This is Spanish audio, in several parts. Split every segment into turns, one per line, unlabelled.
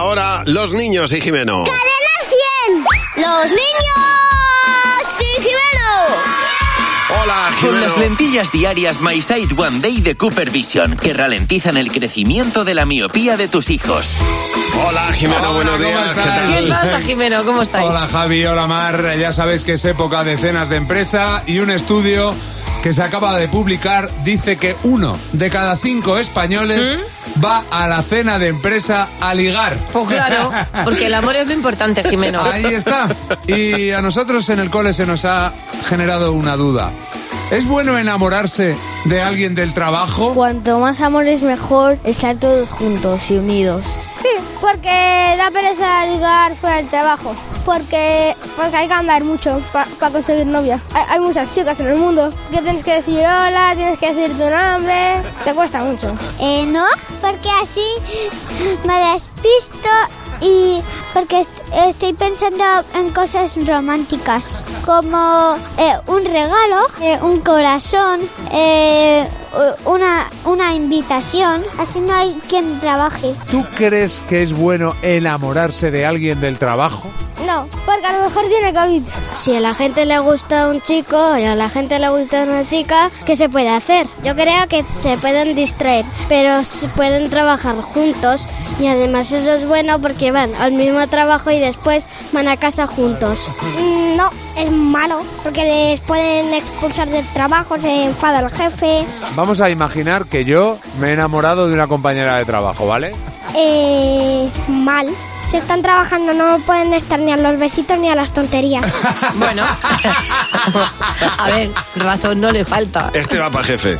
Ahora los niños y Jimeno.
¡Cadena 100! ¡Los niños! ¡Sí,
Hola,
Con
Jimeno.
las lentillas diarias My Sight One Day de Cooper Vision, que ralentizan el crecimiento de la miopía de tus hijos.
Hola, Jimeno,
Hola,
buenos
¿cómo
días. ¿Qué
estás?
tal?
¿Qué pasa, Jimeno? ¿Cómo estáis?
Hola Javi, hola Mar, ya sabéis que es época de cenas de empresa y un estudio que se acaba de publicar dice que uno de cada cinco españoles va a la cena de empresa a ligar.
Pues claro, porque el amor es lo importante, Jimeno.
Ahí está. Y a nosotros en el cole se nos ha generado una duda. ¿Es bueno enamorarse de alguien del trabajo?
Cuanto más amor es mejor estar todos juntos y unidos. Sí, porque da pereza ligar fuera del trabajo. Porque, porque hay que andar mucho para conseguir novia. Hay, hay muchas chicas en el mundo que tienes que decir hola, tienes que decir tu nombre. Te cuesta mucho.
Eh, no, porque así me despisto y porque est- estoy pensando en cosas románticas, como eh, un regalo, eh, un corazón, eh, u- una, una invitación, así no hay quien trabaje.
¿Tú crees que es bueno enamorarse de alguien del trabajo?
No, porque a lo mejor tiene COVID. Si a la gente le gusta un chico y a la gente le gusta una chica, ¿qué se puede hacer? Yo creo que se pueden distraer, pero se pueden trabajar juntos y además eso es bueno porque van al mismo trabajo y después van a casa juntos.
Mm, No, es malo, porque les pueden expulsar del trabajo, se enfada el jefe.
Vamos a imaginar que yo me he enamorado de una compañera de trabajo, ¿vale?
Eh, mal. Se están trabajando, no pueden estar ni a los besitos ni a las tonterías.
Bueno, a ver, razón no le falta.
Este va para jefe.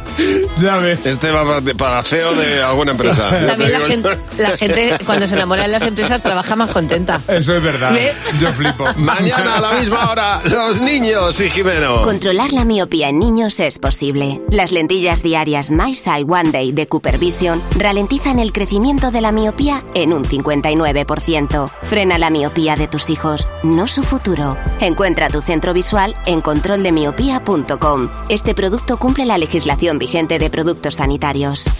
Ya ves.
Este va pa- para CEO de alguna empresa. Ya te
También la
digo
gente,
yo.
la gente cuando se enamora en las empresas trabaja más contenta.
Eso es verdad.
¿Ve?
Yo flipo.
Mañana a la misma hora, los niños y Jimeno.
Controlar la miopía en niños es posible. Las lentillas diarias My Sight One Day de Cooper Vision ralentizan el crecimiento de la miopía en un 59%. Frena la miopía de tus hijos, no su futuro. Encuentra tu centro visual en controldemiopía.com. Este producto cumple la legislación vigente de productos sanitarios.